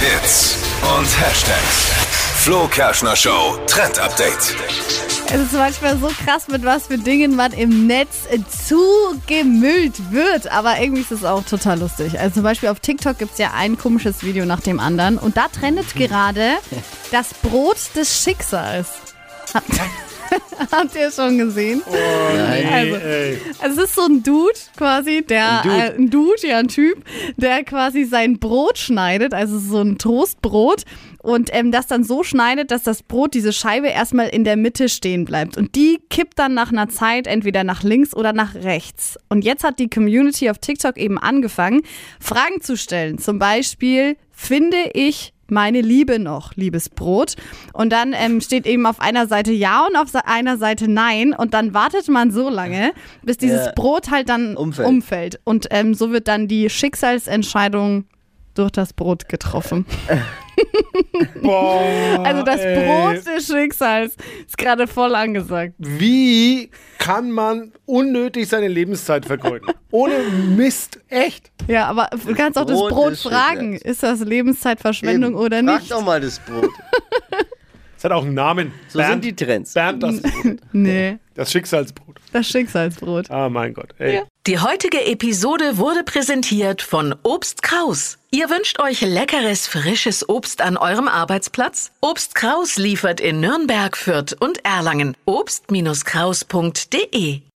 Hits und Hashtags. Flo Kerschner Show Trend Update. Es ist manchmal so krass, mit was für Dingen man im Netz äh, zugemüllt wird. Aber irgendwie ist es auch total lustig. Also zum Beispiel auf TikTok gibt es ja ein komisches Video nach dem anderen. Und da trendet gerade das Brot des Schicksals. Hab- Habt ihr schon gesehen? Also, also es ist so ein Dude quasi, der ein Ein Dude. Dude. Äh, ein Dude, ja ein Typ, der quasi sein Brot schneidet, also so ein Toastbrot und ähm, das dann so schneidet, dass das Brot diese Scheibe erstmal in der Mitte stehen bleibt und die kippt dann nach einer Zeit entweder nach links oder nach rechts. Und jetzt hat die Community auf TikTok eben angefangen, Fragen zu stellen, zum Beispiel finde ich meine Liebe noch, liebes Brot. Und dann ähm, steht eben auf einer Seite Ja und auf se- einer Seite Nein. Und dann wartet man so lange, bis dieses Ja. Brot halt dann Umfällt. umfällt. Und ähm, so wird dann die Schicksalsentscheidung durch das Brot getroffen. Oh, Also das Brot des Schicksals ist gerade voll angesagt. Wie kann man unnötig seine Lebenszeit vergeuden? Ohne Mist, echt. Ja, aber du kannst auch das Brot Brot des fragen. Schicksals. Ist das Lebenszeitverschwendung oder Frag nicht? doch mal das Brot. Es hat auch einen Namen. So sind die Trends. Bernd, das, Nee, das Schicksalsbrot. das Schicksalsbrot. Ah, mein Gott. Ey. Die heutige Episode wurde präsentiert von Obst Kraus. Ihr wünscht euch leckeres, frisches Obst an eurem Arbeitsplatz? Obst Kraus liefert in Nürnberg, Fürth und Erlangen. Obst-Kraus.de